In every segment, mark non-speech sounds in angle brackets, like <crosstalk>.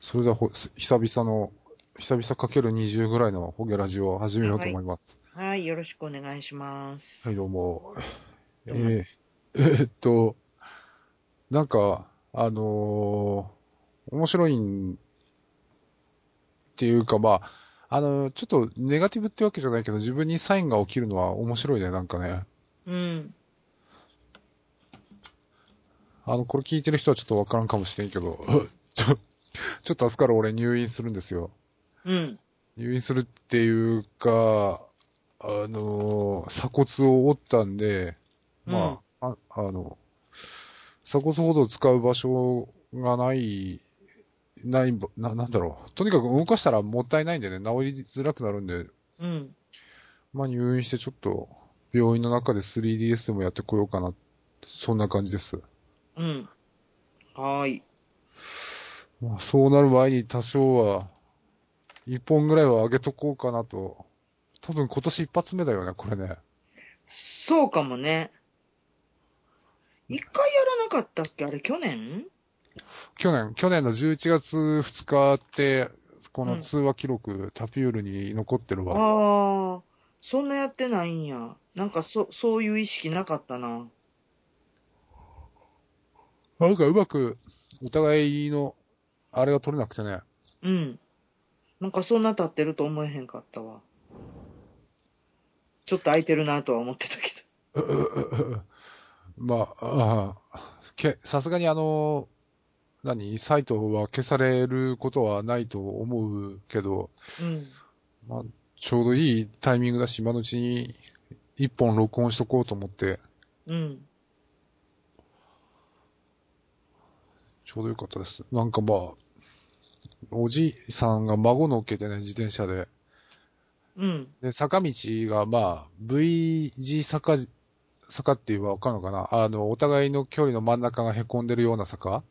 それではほ、久々の、久々かける20ぐらいのホゲラジを始めようと思います。はい、よろしくお願いします。はい、どうも。えどうもーえーっと、なんか、あのー面白いんっていうか、まあ、あのーちょっとネガティブってわけじゃないけど、自分にサインが起きるのは面白いね、なんかね。うん。あの、これ聞いてる人はちょっとわからんかもしれんけど、 <laughs> ちょ、ちょっと明日から俺入院するんですよ。うん。入院するっていうか、あのー鎖骨を折ったんで、まあ、ああの、鎖骨ほど使う場所がない、ない、な、なんだろう。とにかく動かしたらもったいないんでね、治りづらくなるんで、うん。まあ入院してちょっと、病院の中で 3DS でもやってこようかな。そんな感じです。うん。はーい。まあそうなる前に多少は、一本ぐらいは上げとこうかなと。多分今年一発目だよね、これね。そうかもね。一回やらなかったっけあれ、去年去年、去年の11月2日って、こうのん通話記録、タピュールに残ってるわ。ああ、そんなやってないんや。なんか、そ、そういう意識なかったな。なんかうまく、お互いの、あれが取れなくてね。うん。なんか、そんな経ってると思えへんかったわ。ちょっと空いてるなとは思ってたけううううまあ、あーけ、さすがにあの、何、サイトは消されることはないと思うけど、ど。うん。まあ、ちょうどいいタイミングだし、今のうちに一本録音しとこうと思って、うん。ちょうどよかったです。なんかまあ、おじいさんが孫乗っけてね、自転車で。うん。で、坂道がまあ、V 字坂じ、坂って言えばわかるのかなあの、お互いの距離の真ん中が凹んでるような坂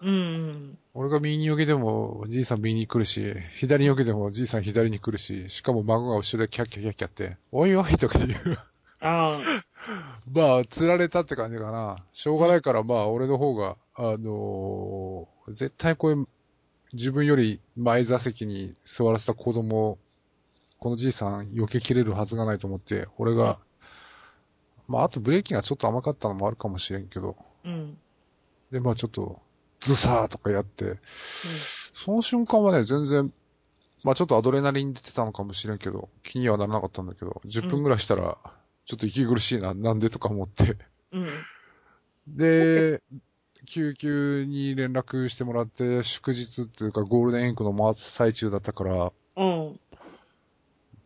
うんうん。俺が右に避けても、じいさん右に来るし、左に避けても、じいさん左に来るし、しかも孫が後ろでキャッキャキャッキャって、おいおいとか言う。あまあ、釣られたって感じかな。しょうがないから、まあ、俺の方が、あのー絶対これ、自分より前座席に座らせた子供を、このじいさん避けきれるはずがないと思って、俺が、まあ、あとブレーキがちょっと甘かったのもあるかもしれんけど、あ、うん。で、まあちょっと、ズサーとかやって、その瞬間はね、全然、まあちょっとアドレナリン出てたのかもしれんけど、気にはならなかったんだけど、10分ぐらいしたら、ちょっと息苦しいな、なんでとか思って。うん。で、救急に連絡してもらって、祝日っていうかゴールデンウィークの真っ最中だったから、うん。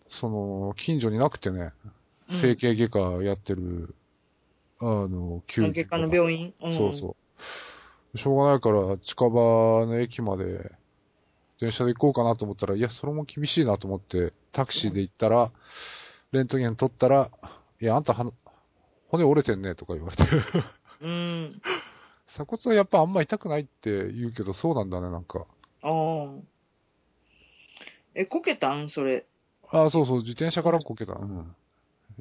その、近所になくてね、うん整形外科やってる、あの、救急外科の病院。んそうそう。しょうがないから、近場の駅まで、電車で行こうかなと思ったら、いや、それも厳しいなと思って、タクシーで行ったら、レントゲン取ったら、いや、あんたは、骨折れてんね、とか言われて。うん。鎖骨はやっぱあんま痛くないって言うけど、そうなんだね、なんか。ああ。え、こけたんそれ。ああ、そうそう、自転車からこけた。うん。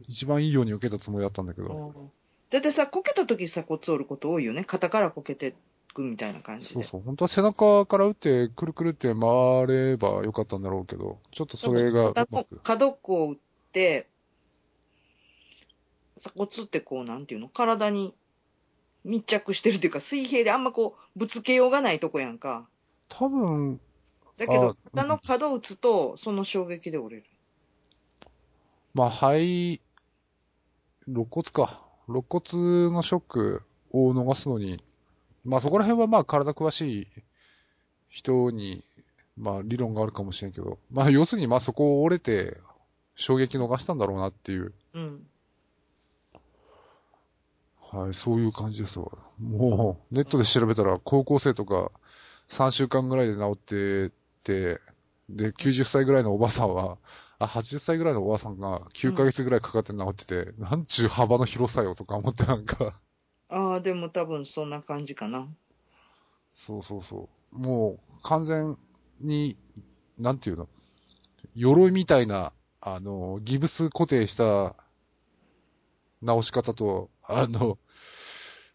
一番いいように受けたつもりだったんだけあど。ーだってさ、こけた時鎖骨折ること多いよね。肩からこけてくみたいな感じそうで。そう。本当は背中から打って、くるくるって回ればよかったんだろうけど、ちょっとそれがう肩まこく。角っこを打って、鎖骨ってこう、なんていうの体に密着してるっていうか、水平であんまこう、ぶつけようがないとこやんか。多分、だけあーど、肩の角を打つと、その衝撃で折れる。まあ、肺、肋骨か。肋骨のショックを逃すのに、まあそこら辺はまあ体詳しい人に、まあ理論があるかもしれんけど、まあ要するにまあそこを折れて衝撃逃したんだろうなっていう、うん。はい、そういう感じですわ。もう、ネットで調べたら高校生とか3週間ぐらいで治ってて、で、90歳ぐらいのおばさんは、あ、80歳ぐらいのおばさんが9ヶ月ぐらいかかって治ってて、なんちゅう幅の広さよとか思ってなんか、ああ、でも多分そんな感じかな。そうそうそう。もう完全に、なんていうの、鎧みたいな、あの、ギブス固定した直し方と、あの、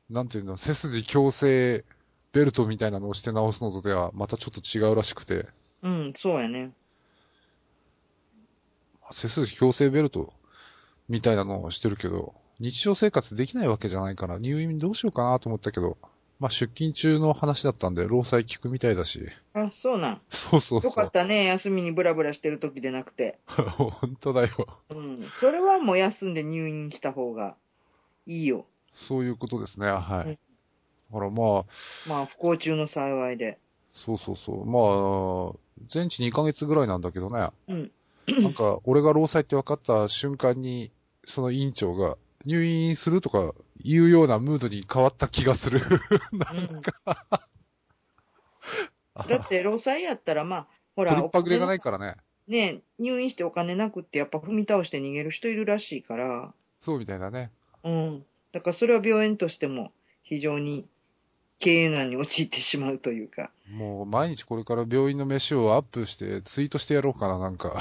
なんていうの、背筋矯正ベルトみたいなのをして直すのとでは、またちょっと違うらしくて、うん、そうやね。背筋強制ベルトみたいなのをしてるけど、日常生活できないわけじゃないから、入院どうしようかなと思ったけど、まあ出勤中の話だったんで、労災聞くみたいだし、あ、そうなん。そうそうよそかうっ。たね、休みにブラブラしてる時でなくて。 <laughs> 本当だよ。うん、それはもう休んで入院した方がいいよ。そういうことですね、はうんい。だからまあ、まあ、不幸中の幸いで。そうそうそう。まあ、全治2ヶ月ぐらいなんだけどね。うん。なんか、俺が労災って分かった瞬間に、その委員長が、入院するとかいうようなムードに変わった気がする。うん、だって、労災やったら、まあ、ほら、 <laughs> 取りっぱぐれがないいからね。ね、入院してお金なくって、やっぱ踏み倒して逃げる人いるらしいから、そうみたいだね。うん。だから、それは病院としても、非常に経営難に陥ってしまうというか。もう毎日これから病院の飯をアップしてツイートしてやろうかな、なんか。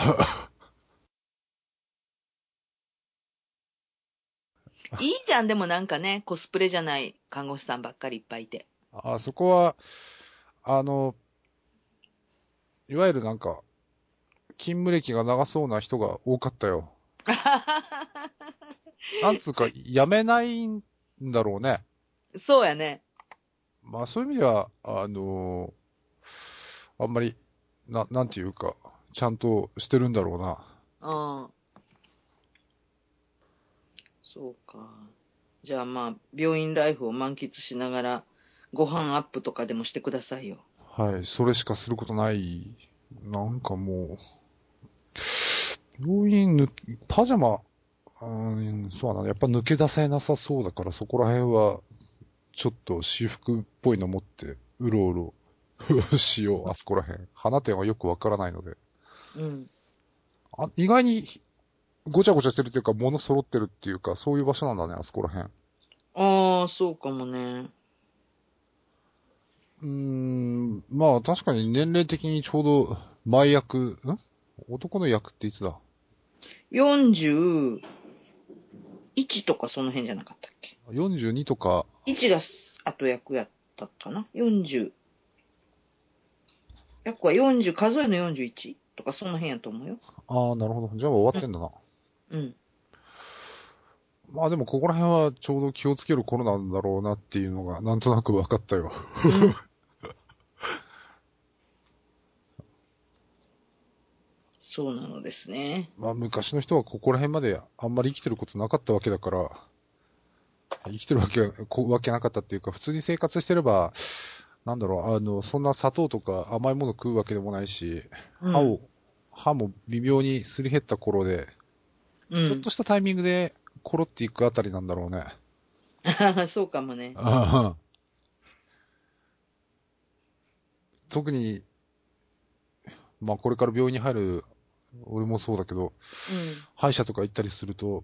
いいじゃん、でもなんかね、コスプレじゃない看護師さんばっかりいっぱいいて。 <laughs> あそこは、あの、いわゆるなんか、勤務歴が長そうな人が多かったよ。なんつうか、辞めないんだろうね。そうやね。まあそういう意味では、あのーあんまり、な、なんていうか、ちゃんとしてるんだろうな。うん。そうか。じゃあまあ、病院ライフを満喫しながら、ご飯アップとかでもしてくださいよ。はい、それしかすることない。なんかもう、病院ぬ、パジャマ、うん、そうだな、やっぱ抜け出せなさそうだから、そこら辺は、ちょっと私服っぽいの持って、うろうろ <laughs> しよう、あそこら辺。花店はよくわからないので。うん。あ意外に、ごちゃごちゃしてるっていうか、物揃ってるっていうか、そういう場所なんだね、あそこら辺。ああ、そうかもね。うーん、まあ確かに年齢的にちょうど、前役、ん男の役っていつだ41とかその辺じゃなかったっけ ?42 とか、 ?1 が後役やったかな ?40。役は40、数えの41とかその辺やと思うよ。ああ、なるほど。じゃあ終わってんだな。うん。まあでもここら辺はちょうど気をつける頃なんだろうなっていうのが、なんとなく分かったよ。うんそうなのですね。まあ昔の人はここら辺まであんまり生きてることなかったわけだから、生きてるわけが、こわけなかったっていうか、普通に生活してれば、なんだろう、あの、そんな砂糖とか甘いもの食うわけでもないし、うん歯を、歯も微妙にすり減った頃で、うん、ちょっとしたタイミングでコロっていくあたりなんだろうね。 <laughs> そうかもね。特に、まあこれから病院に入る、俺もそうだけど、歯医者とか行ったりすると、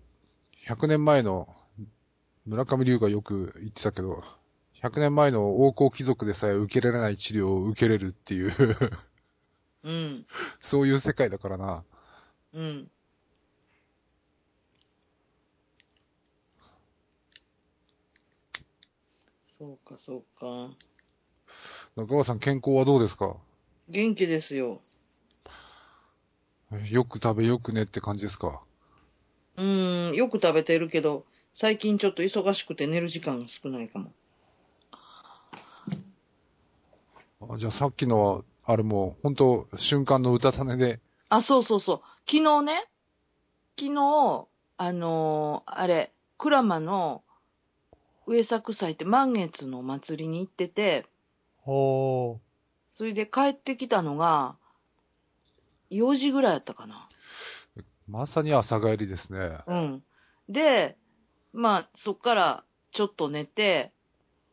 100年前の、村上龍がよく言ってたけど、100年前の王侯貴族でさえ受けられない治療を受けれるっていう、 <laughs> うん。うん。そういう世界だからな。うん。そうか、そうか。中川さん健康はどうですか元気ですよ。よく食べよくねって感じですかうん、よく食べてるけど、最近ちょっと忙しくて寝る時間が少ないかも。あじゃあさっきの、あれも、本当瞬間のうたた寝で、あ、そうそうそう。昨日ね、昨日、あのーあれ、鞍馬の上作祭って満月のお祭りに行ってて、おそれで帰ってきたのが、4時ぐらいやったかな。まさに朝帰りですね。うん。で、まあ、そっからちょっと寝て、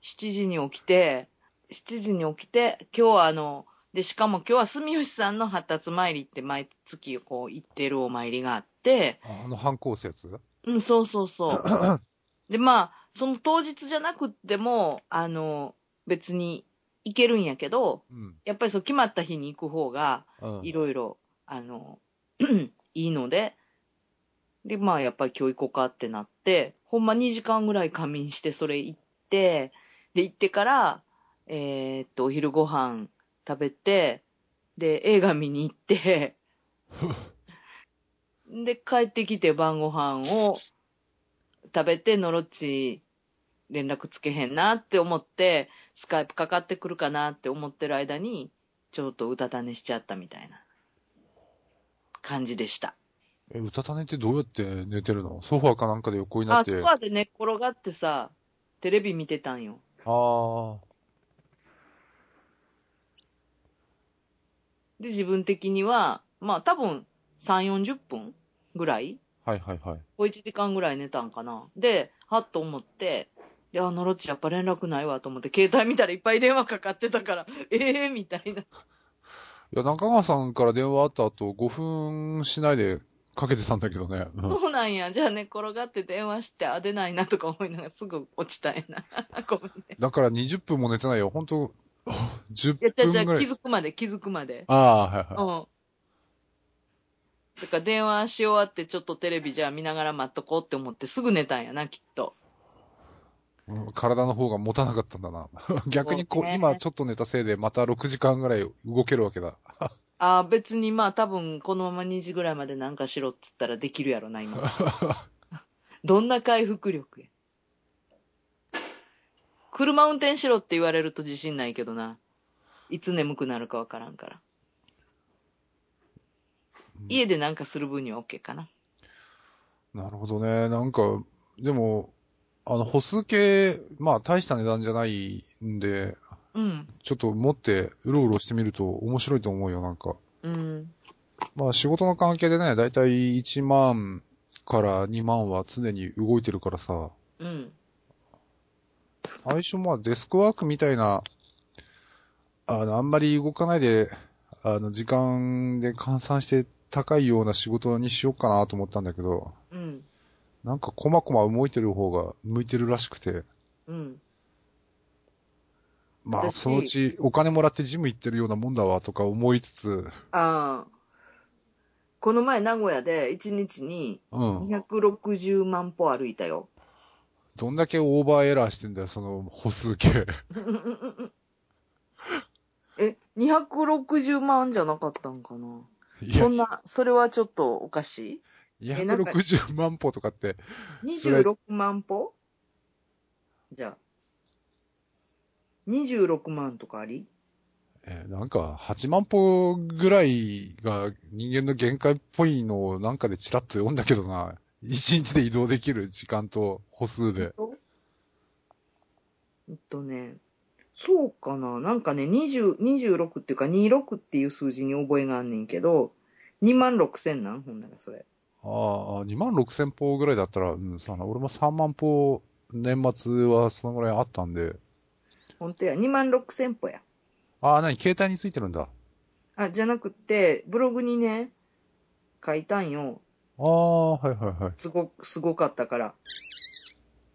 7時に起きて、7時に起きて、今日はあの、で、しかも今日は住吉さんの発達参りって毎月こう行ってるお参りがあって、ああの反抗生や <coughs> つうん、そうそうそう。で、まあ、その当日じゃなくっても、あの、別に行けるんやけど、うん。やっぱりそう決まった日に行く方が、うんいろいろ、あ <clears throat> の、いいので、で、まあ、やっぱり今日行こうかってなって、ほんま2時間ぐらい仮眠してそれ行って、で、行ってから、えーっと、お昼ご飯食べて、で、映画見に行 <laughs> って、で、帰ってきて晩ご飯を食べて、のろっち連絡つけへんなって思って、スカイプかかってくるかなって思ってる間に、ちょっとうたた寝しちゃったみたいな感じでした。え、うたた寝ってどうやって寝てるのソファーかなんかで横になあ、って。ソファーで寝っ転がってさ、テレビ見てたんよ。あで、自分的には、まあ多分3、40分ぐらいあ。はいはいはい。小1時間ぐらい寝たんかな。で、はっと思って、いや、のろっちやっぱ連絡ないわと思って、携帯見たらいっぱい電話かかってたから、 <laughs> ええー、みたいな。いや、中川さんから電話あった後、5分しないでかけてたんだけどね。 <laughs> うんそうなんや。じゃあ寝転がって電話して、あ、出ないなとか思いながらすぐ落ちたんやな。 <laughs> ごめんね。だから20分も寝てないよ。ほん <laughs> と、10いや、じゃあじ分ゃあぐら気い。づくまで、気づくまで。ああ、はいはい。うん。だから電話し終わってちょっとテレビじゃあ見ながら待っとこうって思ってすぐ寝たんやな、きっと。うん体の方が持たなかったんだな。 <laughs> 逆にこそうう、ね今ちょっと寝たせいで、また6時間ぐらい動けるわけだ。ああ、別にまあ多分このまま2時ぐらいまでなんかしろっつったらできるやろな、今。どんな回復力や。車運転しろって言われると自信ないけどな。いつ眠くなるかわからんから。家でなんかする分には OK かな。なるほどね。なんか、でも、あの、歩数計、まあ、大した値段じゃないんで、うん。ちょっと持って、うろうろしてみると面白いと思うよ、なんか。うん。まあ、仕事の関係でね、だいたい1万から2万は常に動いてるからさ、うん。最初まあ、デスクワークみたいな、あの、あんまり動かないで、あの、時間で換算して高いような仕事にしようかなと思ったんだけど、うん。なんか、こまこま動いてる方が向いてるらしくて、うん。まあ、私そのうちお金もらってジム行ってるようなもんだわとか思いつつ、ああ。この前名古屋で1日にうん。 260万歩歩いたよ。どんだけオーバーエラーしてんだよ、その歩数 <laughs> 計。え、260万じゃなかったんかないやそん、な、それはちょっとおかしえなんか260万歩とかって、いそれ ?26 万歩じゃあ。26万とかありえーなんか8万歩ぐらいが人間の限界っぽいのをなんかでチラッと読んだけどな。1日で移動できる時間と歩数で。えっとね、そうかななんかね、20 26っていうか26っていう数字に覚えがあんねんけど、2万6千なんほんならそれ。ああ、2万6千歩ぐらいだったら、うん、さ俺も3万歩、年末はそのぐらいあったんで。ほんとや、2万6千歩や。ああ、なに携帯についてるんだ。あ、じゃなくって、ブログにね、書いたんよ。ああ、はいはいはい。すご、すごかったから。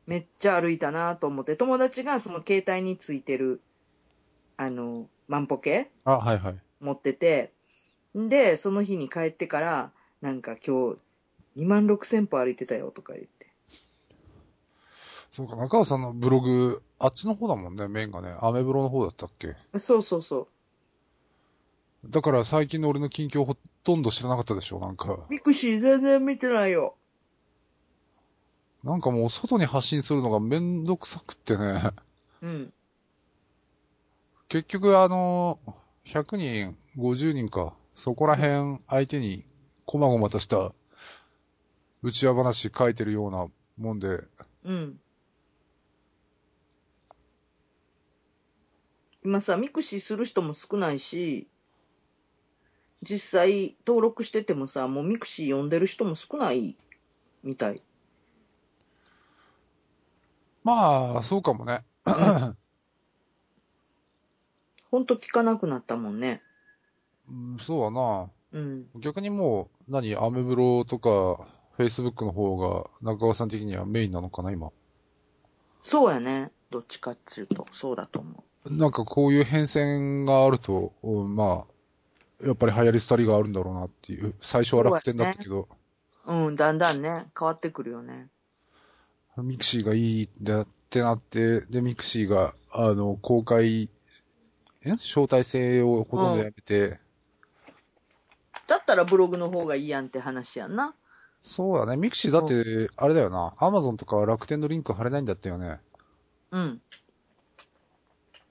めっちゃ歩いたなと思って、友達がその携帯についてる、あの、万歩計あ、はいはい。持ってて、んで、その日に帰ってから、なんか今日、2万6千歩歩いてたよとか言って。そうか、中川さんのブログ、あっちの方だもんね、面がね。アメブロの方だったっけ。そうそうそだから最近の俺の近況ほとんど知らなかったでしょ、なんか。う。ミクシー全然見てないよ。なんかもう外に発信するのがめんどくさくってね。うん。結局あの、100人、50人か、そこら辺相手に、こまごまとした、内輪話書いてるようなもんで、うん。今さ、ミクシーする人も少ないし、実際登録しててもさ、もうミクシー読んでる人も少ないみたい。まあ、そうかもね。ほんと聞かなくなったもんね。うん、そうだな。うん。逆にもう、何、アメブロとか、Facebook の方が、中川さん的にはメインなのかな、今。そうやね。どっちかっちゅうと、そうだと思なんかこういう変遷があると、うんまあ、やっぱり流行り廃りがあるんだろうなっていう、最初は楽天だったけど、う。うん、だんだんね、変わってくるよね。ミクシーがいいってなって、で、ミクシーが、あの、公開ん招待制をほとんどやめて、だったらブログの方がいいやんって話やんな。そうだね。ミクシーだって、あれだよな。アマゾンとか楽天のリンク貼れないんだったよね。うん。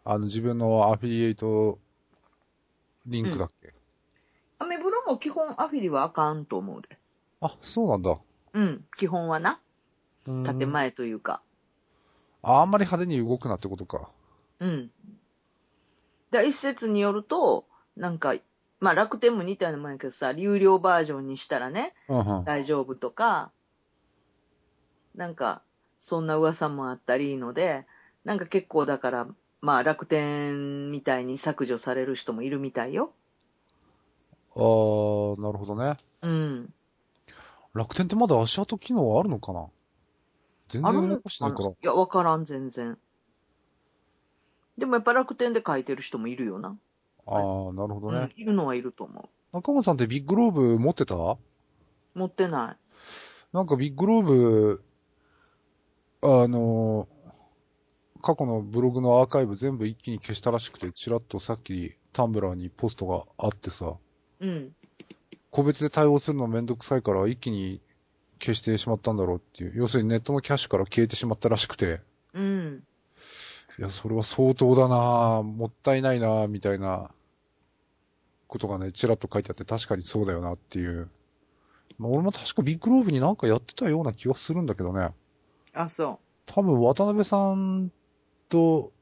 あの、自分のアフィリエイトリンクだっけ。アメブロも基本アフィリはあかんと思うで。あ、そうなんだ。うん。基本はな。うん建。前というか。ああんまり派手に動くなってことか。うん。だから一説によると、なんか、まあ楽天も似たようなもんやけどさ、有料バージョンにしたらね、うんうん。大丈夫とか、なんか、そんな噂もあったりので、なんか結構だから、まあ楽天みたいに削除される人もいるみたいよ。あー、なるほどね。うん。楽天ってまだ足跡機能あるのかな全ある然の残してかなないからい。や、わからん、全然。でもやっぱ楽天で書いてる人もいるよな。あー、なるほどね。うん、いるのはいると思中間さんってビッグローブ持ってたう。持ってななんかビッグローブ、あの、過去のブログのアーカイブ全部一気に消したらしくて、ちらっとさっきタンブラーにポストがあってさ、い。うん。個別で対応するのめんどくさいから一気に消してしまったんだろうっていう。要するにネットのキャッシュから消えてしまったらしくて、うん。いや、それは相当だなぁ、もったいないなぁ、みたいなことがね、ちらっと書いてあって確かにそうだよなっていう。まあ、俺も確かビッグローブになんかやってたような気はするんだけどね。あ、そ多分渡辺さんと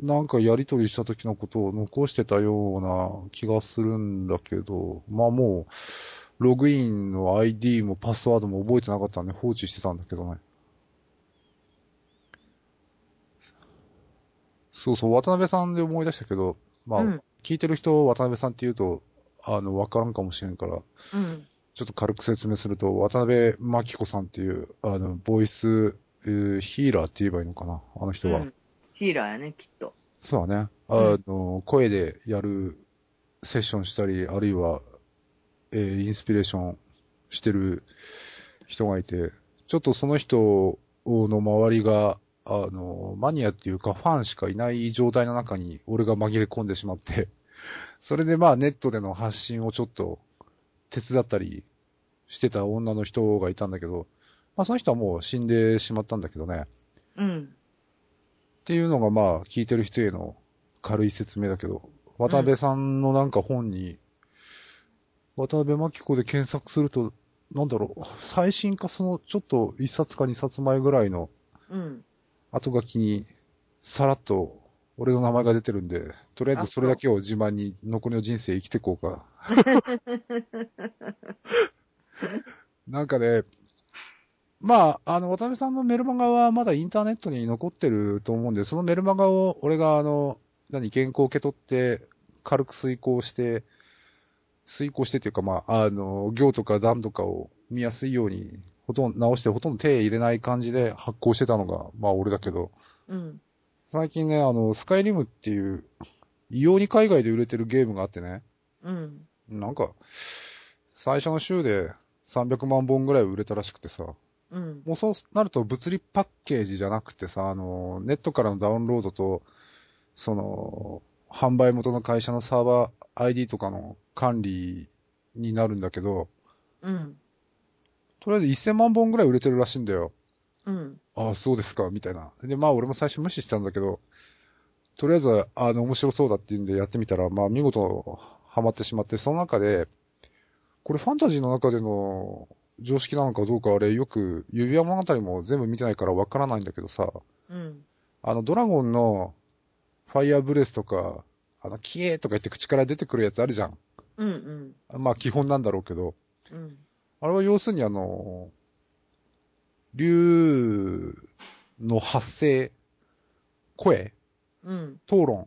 なんかやりとりした時のことを残してたような気がするんだけど、まあもう、ログインの ID もパスワードも覚えてなかったんで放置してたんだけどね。そうそう、渡辺さんで思い出したけど、う。まあ、うん。聞いてる人渡辺さんって言うと、あの、わからんかもしれんから、うん。ちょっと軽く説明すると、渡辺真紀子さんっていう、あの、ボイス、えーヒーラーって言えばいいのかなあの人は。うんヒーラーやね、きっと。そうだね。あうんの、声でやるセッションしたり、あるいは、えーインスピレーションしてる人がいて、ちょっとその人の周りが、あの、マニアっていうかファンしかいない状態の中に俺が紛れ込んでしまって、 <laughs> それでまあネットでの発信をちょっと手伝ったりしてた女の人がいたんだけど、まあその人はもう死んでしまったんだけどね。うん。っていうのがまあ聞いてる人への軽い説明だけど、渡辺さんのなんか本に、渡辺真紀子で検索すると、なんだろう、最新かそのちょっと一冊か二冊前ぐらいのうん。後書きに、さらっと俺の名前が出てるんで、とりあえずそれだけを自慢に残りの人生生きていこうか。なんかね、まあ、あの、渡辺さんのメルマガはまだインターネットに残ってると思うんで、そのメルマガを俺があの、何、原稿を受け取って、軽く遂行して、遂行してっていうか、まあ、あの、行とか段とかを見やすいように、ほとんど直してほとんど手入れない感じで発行してたのが、まあ俺だけど、うん。最近ね、あの、スカイリムっていう、異様に海外で売れてるゲームがあってね、うん。なんか、最初の週で300万本ぐらい売れたらしくてさ、うん。もうそうなると物理パッケージじゃなくてさ、あの、ネットからのダウンロードと、その、販売元の会社のサーバー ID とかの管理になるんだけど、うん。とりあえず1000万本ぐらい売れてるらしいんだよ。うん。ああ、そうですか、みたいな。で、まあ俺も最初無視したんだけど、とりあえず、あの、面白そうだっていうんでやってみたら、まあ見事ハマってしまって、その中で、これファンタジーの中での常識なのかどうかあれ、よく指輪物語も全部見てないからわからないんだけどさ、うん。あの、ドラゴンのファイアーブレスとか、あの、キエーとか言って口から出てくるやつあるじゃん。うん。うん。まあ基本なんだろうけど、うん。あれは要するにあの、竜の発声、声、うん。討論っ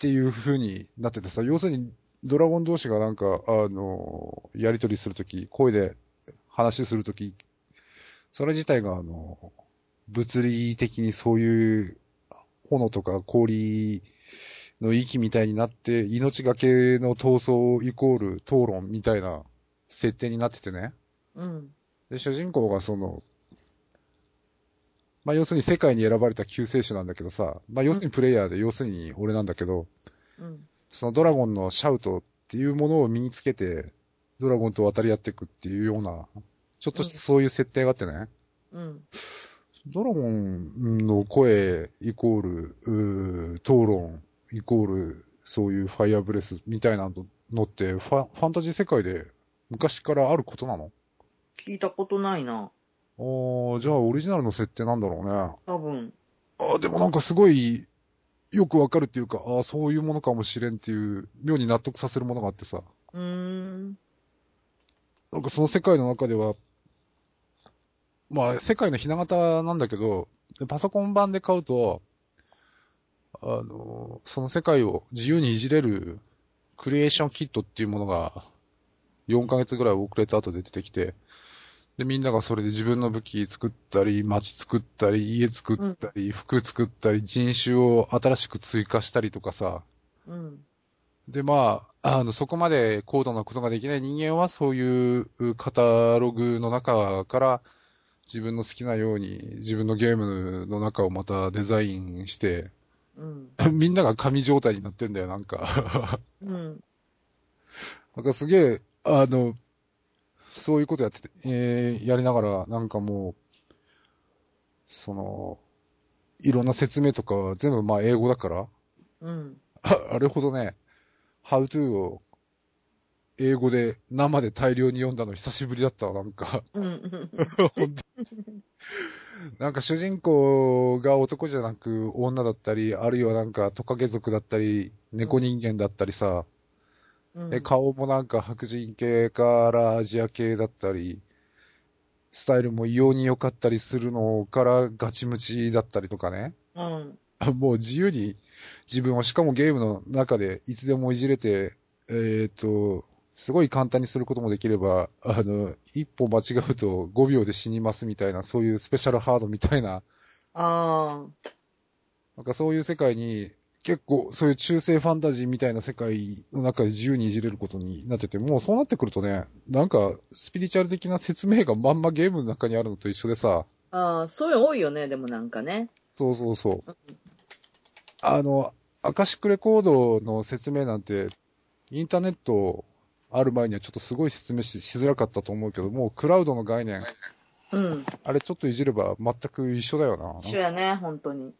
ていう風になっててさ、要するにドラゴン同士がなんか、あの、やりとりするとき、声で話するとき、それ自体があの、物理的にそういう炎とか氷の域みたいになって、命がけの闘争イコール討論みたいな設定になっててね。うん。で、主人公がその、まあ要するに世界に選ばれた救世主なんだけどさ、まあ要するにプレイヤーで、要するに俺なんだけど、うん。そのドラゴンのシャウトっていうものを身につけて、ドラゴンと渡り合っていくっていうような、ちょっとしたそういう設定があってね。うん。ドラゴンの声イコール、うー討論イコール、そういうファイアーブレスみたいなのってファ、ファンタジー世界で昔からあることなの聞いたことないな。ああ、じゃあオリジナルの設定なんだろうね。あ多分。あ、でもなんかすごい、よくわかるっていうか、ああ、そういうものかもしれんっていう、妙に納得させるものがあってさ。うーん。なんかその世界の中では、まあ世界のひな形なんだけど、パソコン版で買うと、あの、その世界を自由にいじれるクリエーションキットっていうものが4ヶ月ぐらい遅れた後で出てきて、で、みんながそれで自分の武器作ったり、街作ったり、家作ったり、服作ったり、人種を新しく追加したりとかさ、うん。で、まあ、あの、そこまで高度なことができない人間は、そういうカタログの中から、自分の好きなように、自分のゲームの中をまたデザインして、 <laughs> うん。みんなが紙状態になってんだよ、なんか。 <laughs> うん。なんかすげえ、あの、そういうことやってて、えーやりながら、なんかもう、その、いろんな説明とかは全部まあ英語だから、うん。あ <laughs> あれほどね、How to を英語で生で大量に読んだの久しぶりだったわ、なんか。 <laughs> うん。なんか主人公が男じゃなく女だったり、あるいはなんかトカゲ族だったり、猫人間だったりさ、うん。え顔もなんか白人系からアジア系だったり、スタイルも異様に良かったりするのからガチムチだったりとかね。うん。もう自由に自分を、しかもゲームの中でいつでもいじれて、えっ、と、すごい簡単にすることもできれば、あの、一歩間違うと5秒で死にますみたいな、そういうスペシャルハードみたいな、あなんかそういう世界に、結構そういう中世ファンタジーみたいな世界の中で自由にいじれることになってて、もうそうなってくるとね、なんかスピリチュアル的な説明がまんまゲームの中にあるのと一緒でさ、あ。ああ、そういうの多いよね、でもなんかね。そうそうそう。あの、アカシックレコードの説明なんて、インターネットある前にはちょっとすごい説明ししづらかったと思うけど、もうクラウドの概念、うん。あれちょっといじれば全く一緒だよ一緒な。やね、本当に。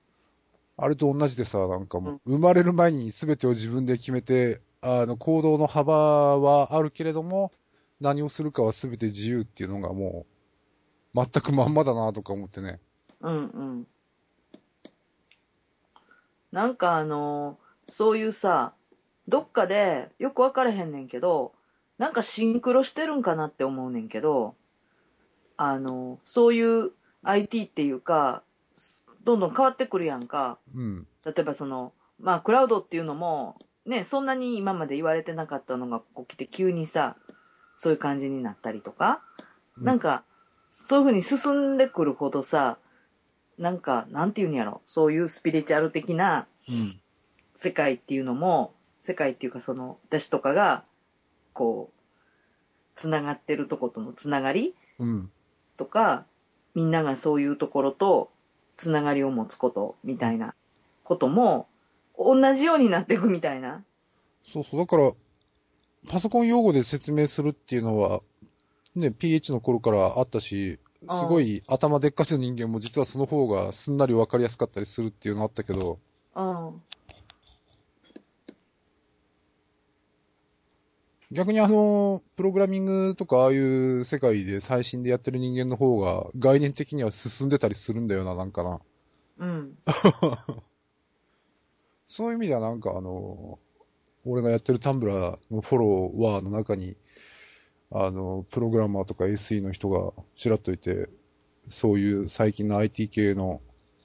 あれと同じでさ、なんかもう、生まれる前に全てを自分で決めて、あの、行動の幅はあるけれども、何をするかは全て自由っていうのがもう、全くまんまだなとか思ってね。うんうん。なんかあのーそういうさ、どっかでよく分かれへんねんけど、なんかシンクロしてるんかなって思うねんけど、あのーそういう IT っていうか、すどんどん変わってくるやんか。うん。例えばその、まあクラウドっていうのも、ね、そんなに今まで言われてなかったのがこう来て急にさ、そういう感じになったりとか、うんなんか、そういうふうに進んでくるほどさ、なんか、なんていうんやろ、そういうスピリチュアル的なうん。世界っていうのも、世界っていうかその、私とかが、こう、つながってるとことのつながりうん。とか、みんながそういうところとつながりを持つことみたいなことも、同じようになっていくみたいな。そうそう。だから、パソコン用語で説明するっていうのは、ね、PH の頃からあったし、あーすごい頭でっかちの人間も実はその方がすんなりわかりやすかったりするっていうのあったけど、うん。逆にあの、プログラミングとかああいう世界で最新でやってる人間の方が概念的には進んでたりするんだよな、なんかな。うん。そういう意味ではなんかあの、俺がやってるタンブラーのフォロワーの中に、あの、プログラマーとか SE の人がちらっといて、そういう最近の IT 系の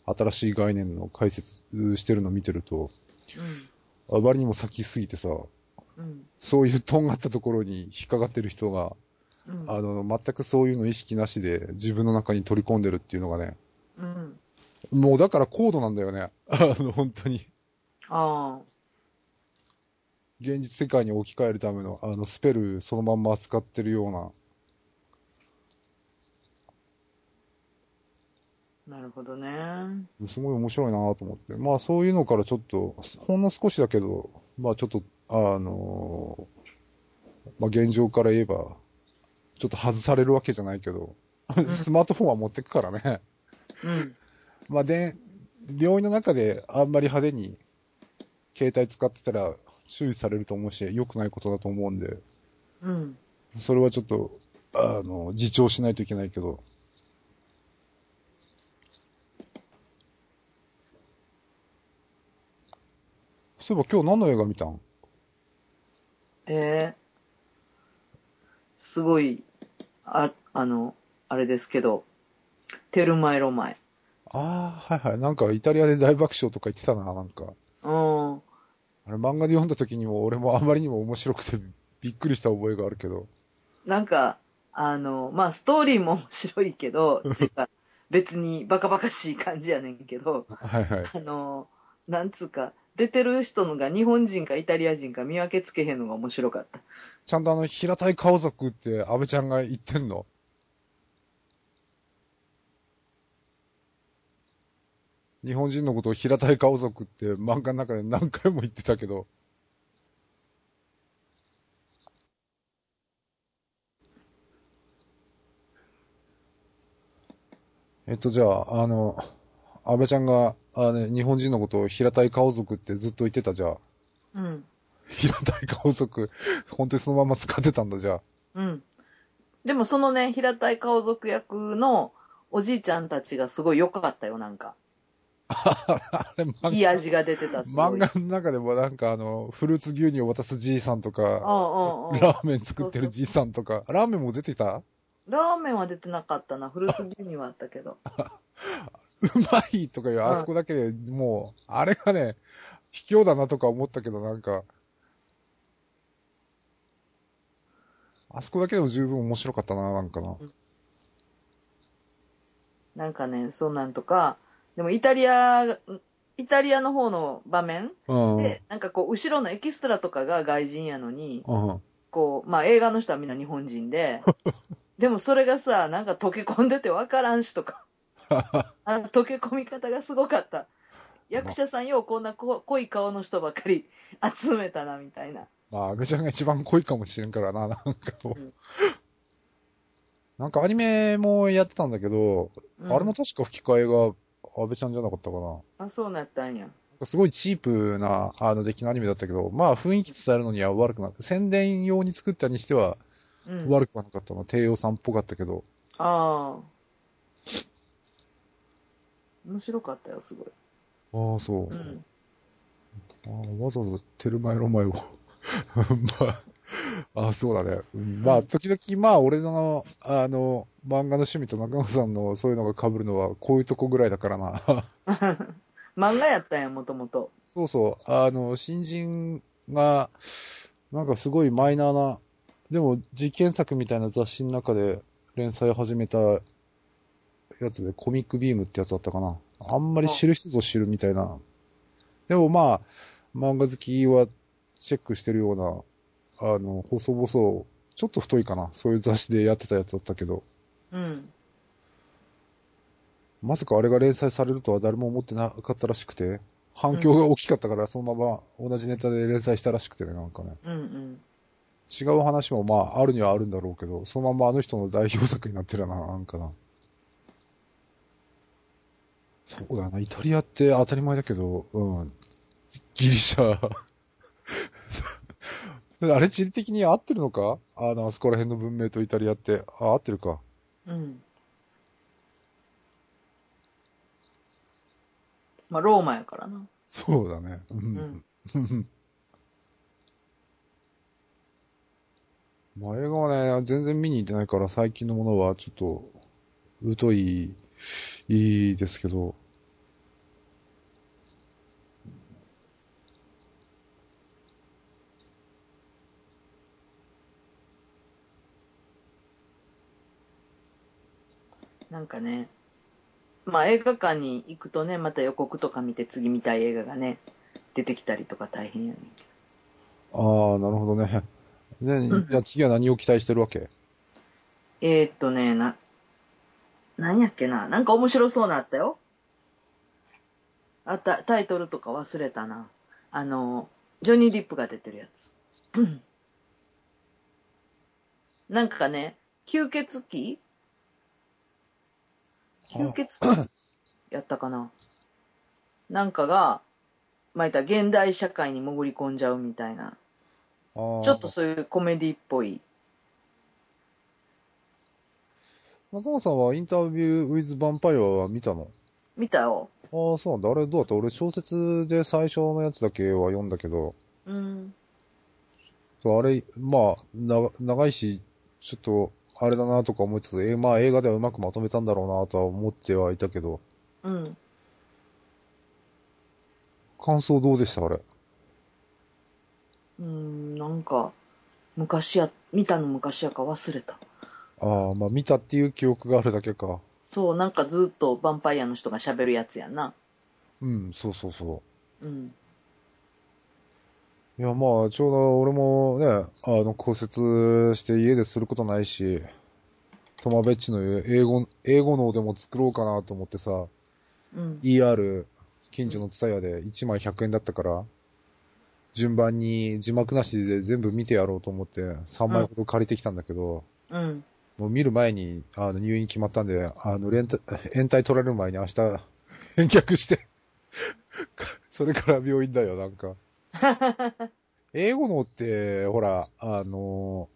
新しい概念の解説してるの見てると、あまりにも先すぎてさ、うん。うん。そういうとんがったところに引っかかってる人が、うん。あの、全くそういうの意識なしで自分の中に取り込んでるっていうのがね、うん。もうだから高度なんだよね。あの、本当に。ああ。現実世界に置き換えるための、あの、スペルそのまんま扱ってるような。なるるほどね。すごい面白いなと思って。まあそういうのからちょっと、ほんの少しだけど、まあちょっと、あのーまあ現状から言えば、ちょっと外されるわけじゃないけど、 <laughs> スマートフォンは持ってくからね。 <laughs> うん。まあで、病院の中であんまり派手に携帯使ってたら注意されると思うし、良くないことだと思うんで、うん。それはちょっと、あの、自重しないといけないけど。そういえば今日何の映画見たんえー、すごい、あ、あの、あれですけど、テルマエロマエ。ああ、はいはい。なんかイタリアで大爆笑とか言ってたな、なんか。うあん。れ漫画で読んだ時にも俺もあまりにも面白くてびっくりした覚えがあるけど。なんか、あの、まあ、ストーリーも面白いけど、てか別にバカバカしい感じやねんけど、はいはい。あの、なんつうか、出てる人のが日本人かイタリア人か見分けつけへんのが面白かった。ちゃんとあの平たい顔族って安倍ちゃんが言ってんの日本人のことを平たい顔族って漫画の中で何回も言ってたけど、えっと、じゃあ、あの、安倍ちゃんが、あの、日本人のことを平たい顔族ってずっと言ってたじゃあ。うん。平たい顔族、本当にそのまま使ってたんだ、じゃあ。うん。でもそのね、平たい顔族役のおじいちゃんたちがすごい良かったよ、なんか。あれ、漫画いい味が出てた、すごい。漫画の中でもなんかあの、フルーツ牛乳を渡すじいさんとか、うんうんうん。ラーメン作ってるじいさんとか、ラーメンも出てたラーメンは出てなかったな。フルーツ牛乳はあったけど。うまいとかいう、あそこだけでもう、あれがね、卑怯だなとか思ったけどなんか、あそこだけでも十分面白かったな、なんかな。なんかね、そんなんとか。でもイタリア、イタリアの方の場面うん。うんで、なんかこう、後ろのエキストラとかが外人やのに、うん。こう、まあ映画の人はみんな日本 <laughs> 人で、でもそれがさ、なんか溶け込んでてわからんしとか。あの溶け込み方がすごかった。役者さんようこんなこ濃い顔の人ばっかり集めたな、みたいな。まあ、安倍ちゃんが一番濃いかもしれんからな、なん <laughs> かもううんなんかアニメもやってたんだけど、うんあれも確か吹き替えが安倍ちゃんじゃなかったかな。なんあ、そうなったんや。かすごいチープな、あの、出来のアニメだったけど、まあ、雰囲気伝えるのには悪くなく、宣伝用に作ったにしてはうん。あ悪くはなかったな。帝王さんっぽかったけど。あ。面白かったよ、すごい。ああ、そう。うん。あーわざわざテルマエロマエを。 <laughs> まあ、あーそうだね。うんまあ、時々、まあ、俺の、あの、漫画の趣味と中野さんのそういうのが被るのは、こういうとこぐらいだからな。漫画やったんや、もともと。そうそう。あの、新人が、なんかすごいマイナーな、でも実験作みたいな雑誌の中で連載を始めたやつで、コミックビームってやつだったかな。あんまり知る人ぞ知るみたいな。でもまあ、漫画好きはチェックしてるような、あの、細々、ちょっと太いかな。そういう雑誌でやってたやつだったけど、うん。まさかあれが連載されるとは誰も思ってなかったらしくて、反響が大きかったから、そのまま同じネタで連載したらしくてね、なんかね。うんうん。違う話もまああるにはあるんだろうけど、そのままあの人の代表作になってるな、なんかな。そうだな、イタリアって当たり前だけど、うん。ギリシャ。 <laughs> あれ地理的に合ってるのかあの、あそこら辺の文明とイタリアって。あ、合ってるか。うん。まあ、ローマやからな。そうだね。ううんん。まあ映画はね、全然見に行ってないから最近のものはちょっと、疎い、いいですけど。なんかね、まあ映画館に行くとね、また予告とか見て次見たい映画がね、出てきたりとか大変やねんけど。ああ、なるほどね。ね、うんじゃあ次は何を期待してるわけえー、っとね、な、なんやっけな。なんか面白そうなあったよ。あった、タイトルとか忘れたな。あの、ジョニー・ディップが出てるやつ。 <clears throat> うんなんかね、吸血鬼吸血鬼やったかな。なんかが、まあ、言ったら現代社会に潜り込んじゃうみたいな。あーちょっとそういうコメディっぽい。中尾さんはインタビューウィズ・ヴァンパイアは見たの見たよ。ああ、そうなんだ。あれどうだった俺小説で最初のやつだけは読んだけど、うん。そうあれ、まあ、な長いし、ちょっと、あれだなとか思いつつ、えまあ映画ではうまくまとめたんだろうなとは思ってはいたけど、うん。感想どうでしたあれ。うん、なんか、昔や、見たの昔やか忘れた。ああ、まあ見たっていう記憶があるだけか。そう、なんかずっとヴァンパイアの人が喋るやつやんな。うん、そうそうそうん。う。いや、まあ、ちょうど俺もね、あの、骨折して家ですることないし、トマベッチの英語、英語能でも作ろうかなと思ってさ、うん。 ER、近所のツタヤで1枚100円だったから、順番に字幕なしで全部見てやろうと思って、3枚ほど借りてきたんだけど、うん。もう見る前に、あの、入院決まったんで、あの、連帯、延滞取られる前に明日、 <laughs> 返却して、 <laughs> それから病院だよ、なんか。英語のって、ほら、あの、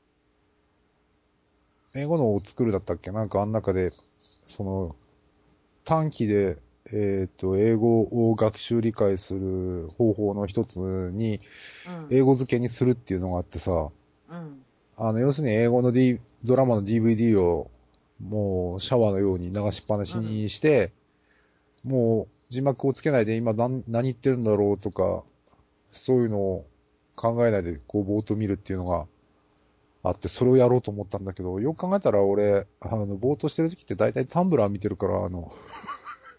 英語のを作るだったっけなんかあん中で、その、短期で、えっ、と、英語を学習理解する方法の一つに、うん。英語付けにするっていうのがあってさ、うん。あの、要するに英語の、D、ドラマの DVD を、もうシャワーのように流しっぱなしにして、もう字幕をつけないで今何何言ってるんだろうとか、そういうのを考えないでこうぼーっと見るっていうのがあって、それをやろうと思ったんだけど、よく考えたら俺、あの、ぼーっとしてる時って大体タンブラー見てるから、あの、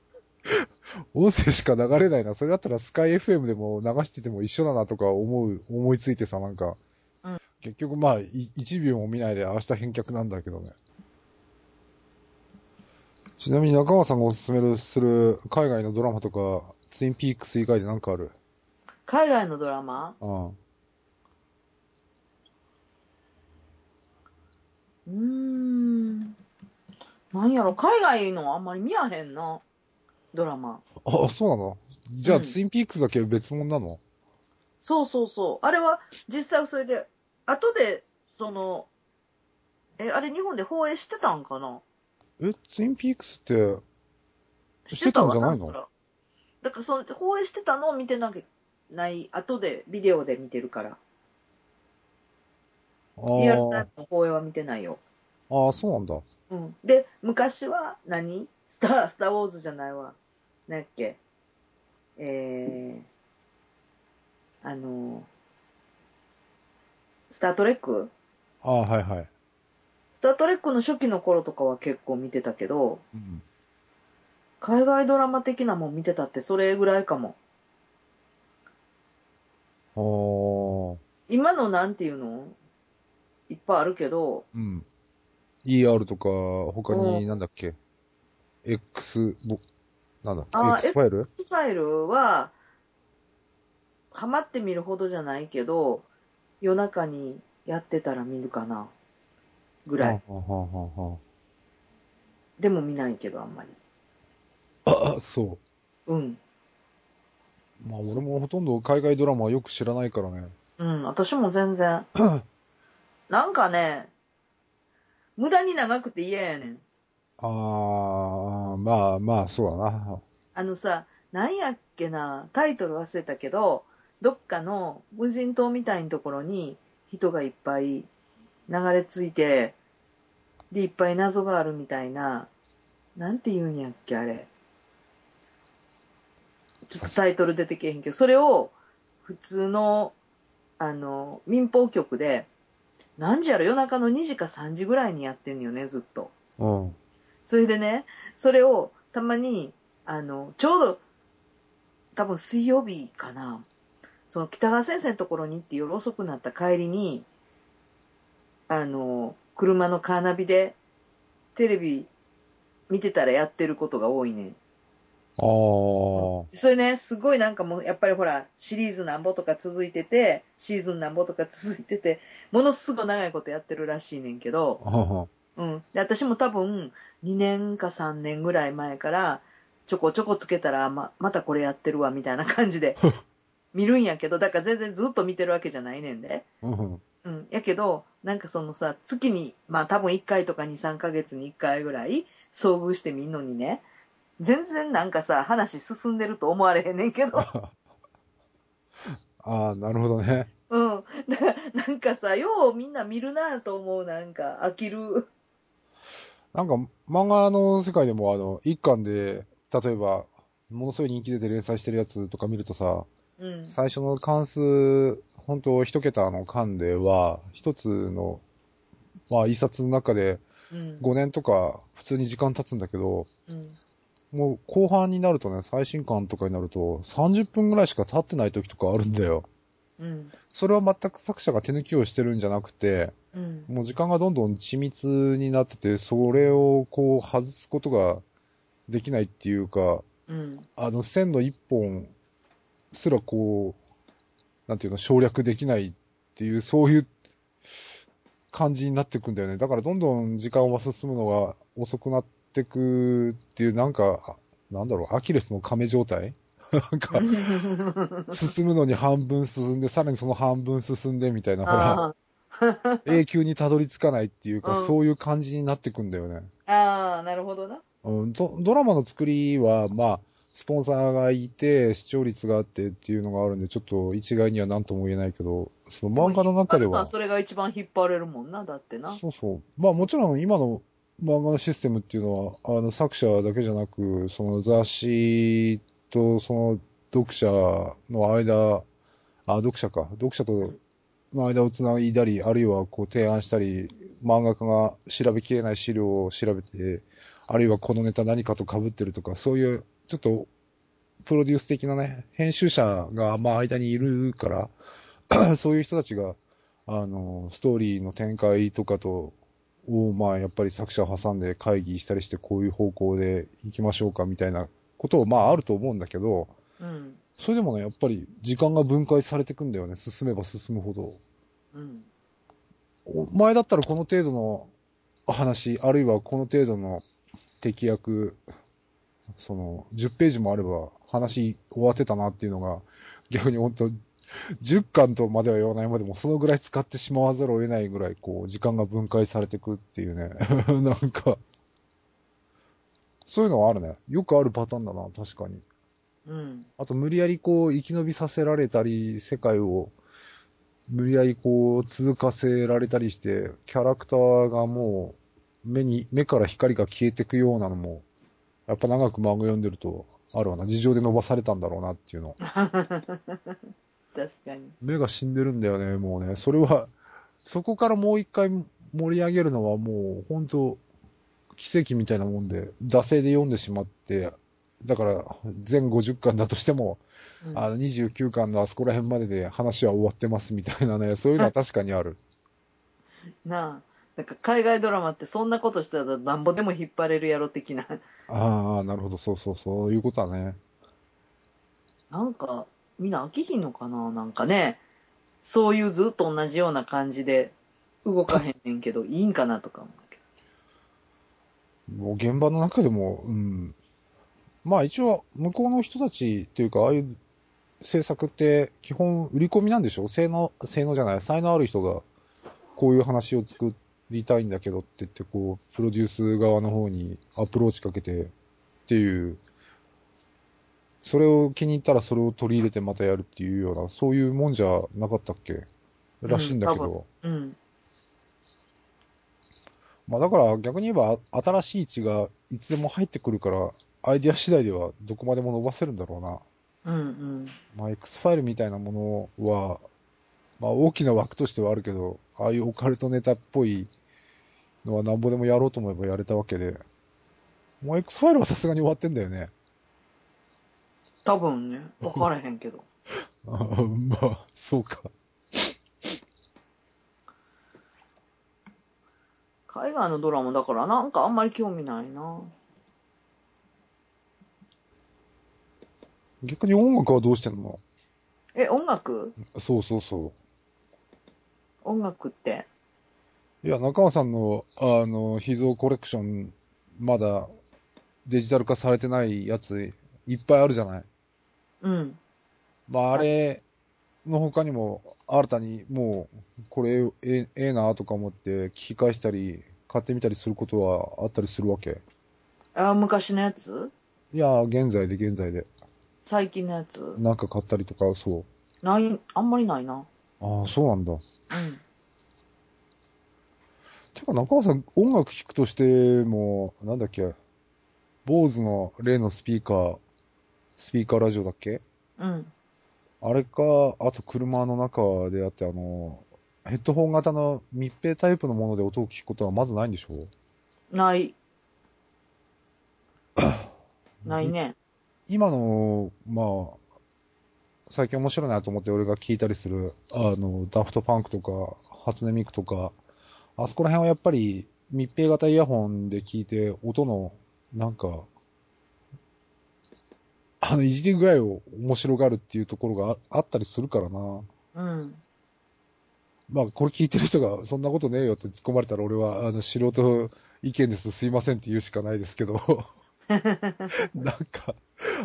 <laughs> 音声しか流れないな。それだったらスカイ FM でも流してても一緒だなとか思う、思いついてさ、なんか。結局まあ、い1秒も見ないで明日返却なんだけどね。ちなみに中川さんがおすすめする海外のドラマとか、ツインピークス以外でなんかある海外のドラマうん。うーん。なんやろ、海外のあんまり見やへんな。ドラマ。あ、そうなのじゃあ、うんツインピークスだけ別物なのそうそうそう。あれは、実際それで、後で、その、え、あれ日本で放映してたんかなえ、ツインピークスって、してたわな、してたんそじゃないら。だから、その、放映してたのを見てなきゃない、後でビデオで見てるから。あリアルタイームの放映は見てないよ。あー、そうなんだ。うん。で、昔は何、スター、スターウォーズじゃないわ。なんやっけ。えー、あのー、スタートレックああー、はいはい。スタートレックの初期の頃とかは結構見てたけど、うん。海外ドラマ的なもん見てたってそれぐらいかも。あー今のなんていうのいっぱいあるけど、うん。ER とか、他うにんなんだっけ ?X、ぼ、なんだっあーけ ?X ファイル X ファイルは、ハマって見るほどじゃないけど、夜中にやってたら見るかな。ぐらい。あーはあはあはあでも見ないけど、あんまり。あ、そうん。う。まあ俺もほとんど海外ドラマはよく知らないからね。うん、私も全然。なんかね、無駄に長くて嫌やねん。あー、まあまあ、そうだな。あのさ、なんやっけな、タイトル忘れたけど、どっかの無人島みたいなところに人がいっぱい流れ着いて、で、いっぱい謎があるみたいな、なんて言うんやっけ、あれ。ちょっとタイトル出てけえへんけど、それを普通の、あの、民放局で、何時やろ、夜中の2時か3時ぐらいにやってんのよね、ずっと。うん。それでね、それをたまに、あの、ちょうど、多分水曜日かな。その北川先生のところに行って夜遅くなった帰りに、あの、車のカーナビでテレビ見てたらやってることが多いねん。あ <laughs> あ。それね、すごいなんかもう、やっぱりほら、シリーズなんぼとか続いてて、シーズンなんぼとか続いてて、ものすごい長いことやってるらしいねんけど、ははうん。で、私も多分、2年か3年ぐらい前から、ちょこちょこつけたら、ま、またこれやってるわ、みたいな感じで、見るんやけど、だから全然ずっと見てるわけじゃないねんで。うんうんうん。やけど、なんかそのさ、月に、まあ多分1回とか2、3ヶ月に1回ぐらい遭遇してみんのにね、全然なんかさ、話進んでると思われへんねんけど、ああ、なるほどね。うん。だからなんかさ、ようみんな見るなと思う、なんか、飽きる。なんか、漫画の世界でも、あの、一巻で、例えば、ものすごい人気出て連載してるやつとか見るとさ、うん。最初の関数、本当一桁の巻では、一つの、まあ、一冊の中でうん。 5年とか普通に時間経つんだけど、うん。もう後半になるとね、最新巻とかになると、30分ぐらいしか経ってない時とかあるんだよ。うん。それは全く作者が手抜きをしてるんじゃなくて、うん。もう時間がどんどん緻密になってて、それをこう外すことができないっていうか、うん。あの線の一本すらこう、なんていうの、省略できないっていう、そういう感じになってくんだよね。だからどんどん時間は進むのが遅くなってくっていう、なんか、あなんだろう、アキレスの亀状態なんか、<laughs> 進むのに半分進んで、さらにその半分進んでみたいな、ほら、あ永久にたどり着かないっていうか、うんそういう感じになってくんだよね。あああ、なるほどな。うん、ドドラマの作りは、まあ、スポンサーがいて、視聴率があってっていうのがあるんで、ちょっと一概には何とも言えないけど、その漫画の中でまあ、は、それが一番引っ張れるもんな、だってな。そうそう。まあもちろん今の漫画のシステムっていうのは、あの作者だけじゃなく、その雑誌とその読者の間、あ、読者か。読者との間をつないだり、あるいはこう提案したり、漫画家が調べきれない資料を調べて、あるいはこのネタ何かと被ってるとか、そういう、ちょっと、プロデュース的なね、編集者が、まあ、間にいるから、 <laughs> そういう人たちが、あの、ストーリーの展開とかと、を、まあ、やっぱり作者を挟んで会議したりして、こういう方向で行きましょうか、みたいなことを、まあ、あると思うんだけど、うん。それでもね、やっぱり時間が分解されてくんだよね、進めば進むほど。うん。お前だったらこの程度の話、あるいはこの程度の適役、その、10ページもあれば話終わってたなっていうのが、逆に本当10巻とまでは言わないまでも、そのぐらい使ってしまわざるを得ないぐらい、こう、時間が分解されてくっていうね。 <laughs> なんか、そういうのはあるね。よくあるパターンだな、確かに。うん。あと無理やりこう生き延びさせられたり、世界を無理やりこう通過せられたりして、キャラクターがもう目に、目から光が消えてくようなのも、やっぱ長く漫画読んでると、あるわな。事情で伸ばされたんだろうなっていうの。確かに。目が死んでるんだよね、もうね。それは、そこからもう一回盛り上げるのはもう、本当奇跡みたいなもんで、惰性で読んでしまって、だから、全50巻だとしても、うんあの29巻のあそこら辺までで話は終わってますみたいなね、そういうのは確かにある。なあ。なんか海外ドラマってそんなことしたらなんぼでも引っ張れるやろ的な。ああ、なるほど、そうそう、そういうことはね。なんか、みんな飽きひんのかななんかね。そういうずっと同じような感じで動かへんねんけど、いいんかなとか思うけもう現場の中でも、うん。まあ一応、向こうの人たちっていうか、ああいう制作って基本売り込みなんでしょ性能、性能じゃない、才能ある人がこういう話を作りたいんだけどって言って、こう、プロデュース側の方にアプローチかけてっていう、それを気に入ったらそれを取り入れてまたやるっていうような、そういうもんじゃなかったっけらしいんだけど。うん多分ど。うん。まあだから逆に言えばあ新しい血がいつでも入ってくるから、アイディア次第ではどこまでも伸ばせるんだろうな。うんうん。まあ X ファイルみたいなものは、まあ大きな枠としてはあるけど、ああいうオカルトネタっぽいのはなんぼでもやろうと思えばやれたわけで、もう X ファイルはさすがに終わってんだよね。 <laughs> 多分ね、わからへんけど。あーまあ、そうか。海外のドラマだからなんかあんまり興味ないな。逆に音楽はどうしてんのえ、音楽そうそうそ音楽って。う。いや、中尾さんの、あの、秘蔵コレクション、まだデジタル化されてないやつ、いっぱいあるじゃない。うん。まあ、あれの他にも、新たにもう、これ、えええなとか思って、聞き返したり、買ってみたりすることはあったりするわけ。あ、昔のやついや、現在で現在で、最近のやつなんか買ったりとか、そない、あんまりないな。う。ああ、そうなんだ。うん。てか、中尾さん、音楽聴くとしても、なんだっけ、坊主の例のスピーカー、スピーカーラジオだっけうん。あれか、あと車の中であって、あの、ヘッドホン型の密閉タイプのもので音を聞くことはまずないんでしょう <coughs> ない。ないね。今の、まあ、最近面白いなと思って俺が聞いたりする、あの、ダフトパンクとか、初音ミクとか、あそこら辺はやっぱり密閉型イヤホンで聞いて、音の、なんか、あの、いじり具合を面白がるっていうところがああったりするからな。うん。まあ、これ聞いてる人が、そんなことねえよって突っ込まれたら、俺は、あの、素人意見です、すいませんって言うしかないですけど、なんか、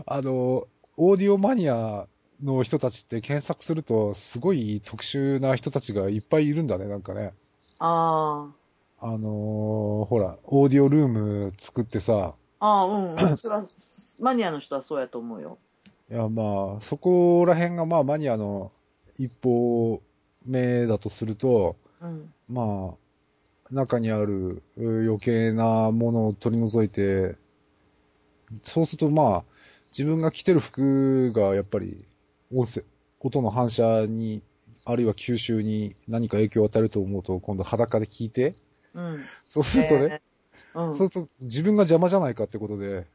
あの、オーディオマニアの人たちって検索すると、すごい特殊な人たちがいっぱいいるんだね、なんかね。ああのーほら、オーディオルーム作ってさ、あ。ああ、う <coughs> んうん。それは、マニアの人はそうやと思うよ。いや、まあ、そこら辺が、まあ、マニアの一歩目だとすると、うん。まあ、中にあるう余計なものを取り除いて、そうするとまあ、自分が着てる服がやっぱり、音声、音の反射に、あるいは吸収に何か影響を与えると思うと、今度裸で聞いて、うん。そうするとね、えー。うん。そうすると自分が邪魔じゃないかってことで、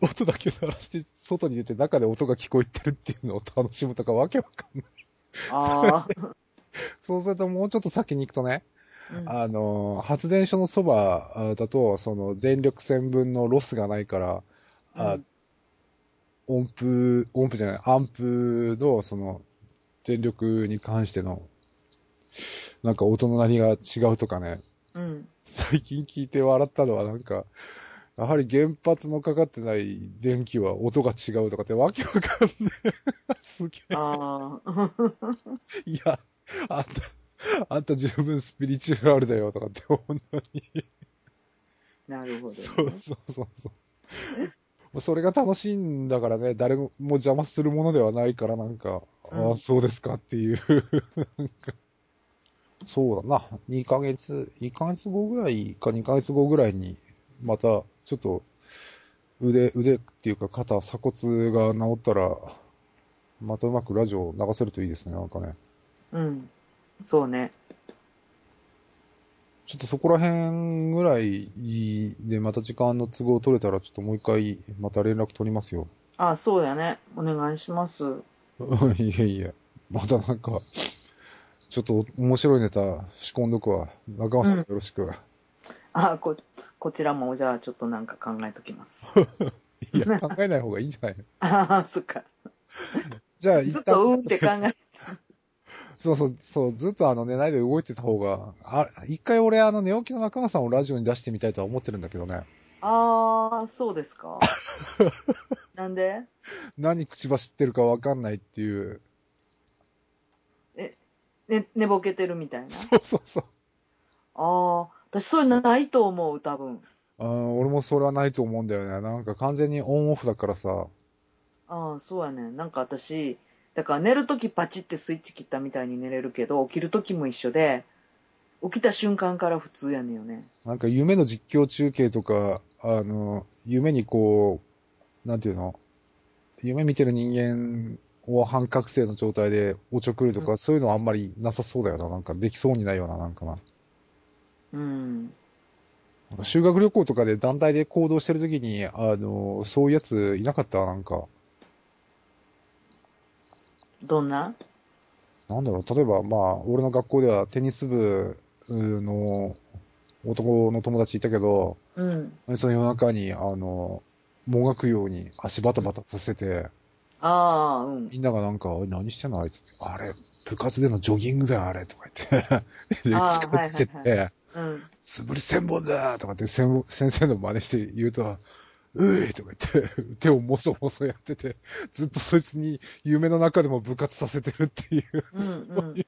お音だけ鳴らして外に出て中で音が聞こえてるっていうのを楽しむとかわけわかんない。ああ。 <laughs> そうするともうちょっと先に行くとね、うんあの、発電所のそばあだと、その電力線分のロスがないから、あうん音符、音符じゃない、アンプのその電力に関しての、なんか音の鳴りが違うとかね、うん。最近聞いて笑ったのはなんか、やはり原発のかかってない電気は音が違うとかってわけわかんねえ。すげえ。ああ。いや、あんた、あんた十分スピリチュアルだよとかって思うのに。 <laughs> なるほどね。そうそうそうそう。まあそれが楽しいんだからね、誰も邪魔するものではないから、なんか、うんああ、そうですかっていう、 <laughs> なんか、そうだな、2ヶ月、2ヶ月後ぐらいか2ヶ月後ぐらいに、また、ちょっと、腕、腕っていうか肩、鎖骨が治ったら、またうまくラジオ流せるといいですね、なんかね。うん。そうね。ちょっとそこら辺ぐらいで、また時間の都合取れたら、ちょっともう一回、また連絡取りますよ。ああ、そうやね。お願いします。うん <laughs> いやいや、またなんか、ちょっと面白いネタ仕込んどくわ。中尾さんうんよろしく。ああ、こ、こちらも、じゃあ、ちょっとなんか考えときます。いや、考えない方がいいんじ <laughs> ゃないのああ、そっか。じゃあ、ず一っと、う旦、んって考え、そうそう、そう、ずっとあの寝ないで動いてた方が、あ、一回俺あの寝起きの中尾さんをラジオに出してみたいとは思ってるんだけどね。ああ、そうです <laughs> か。なんで何口走ってるかわかんないっていう。 <laughs> ね、寝ぼけてるみたいな。そうそうそう。ああ、私それないと思う、多分。あー俺もそれはないと思うんだよね。なんか完全にオンオフだからさ。ああ、そうやね。なんか私、だから寝るときパチってスイッチ切ったみたいに寝れるけど、起きるときも一緒で、起きた瞬間から普通やねんよね。なんか夢の実況中継とか、あの、夢にこう、なんていうの、夢見てる人間を半覚醒の状態でおちょくるとか、そういうのはあんまりなさそうだよな。なんかできそうにないような、なんかな。うん。なんか修学旅行とかで団体で行動してる時に、あの、そういうやついなかったなんか。どんななんだろう、例えば、まあ、俺の学校ではテニス部の男の友達いたけど、うん。その夜中に、あの、もがくように足バタバタさせて、ああ、うん。みんながなんか、おい何してんのあいつ。あれ、部活でのジョギングだよ、あれ。とか言って。 <laughs> で、近あーづいてって、はいはうん。素振り千本だとかって先先生の真似して言うと、ういとか言って、 <laughs> 手をもそもそやってて、ずっとそいつに夢の中でも部活させてるっていう、 <laughs> うんうん。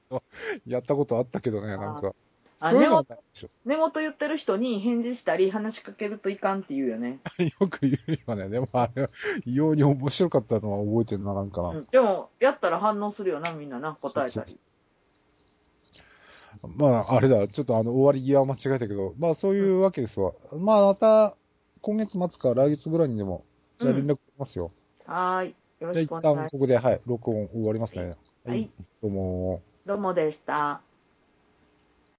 やったことあったけどね、なんか。あそういうのはないでしょ。 <laughs> 寝言言ってる人に返事したり話しかけるといかんって言うよね。よく言うよね。でもあれは、異様に面白かったのは覚えてるな、なんかな。うん、でも、やったら反応するよな、みんなな、答えたり。まあ、あれだ、ちょっとあの、終わり際間違えたけど、まあそういうわけですわ。まあまた、今月末か来月ぐらいにでも、じゃあ連絡しますよ。はーい。よろじゃあし一くお願いし旦ます。ここで、はい、録音終わりますね。はい。どうも。どうもでした。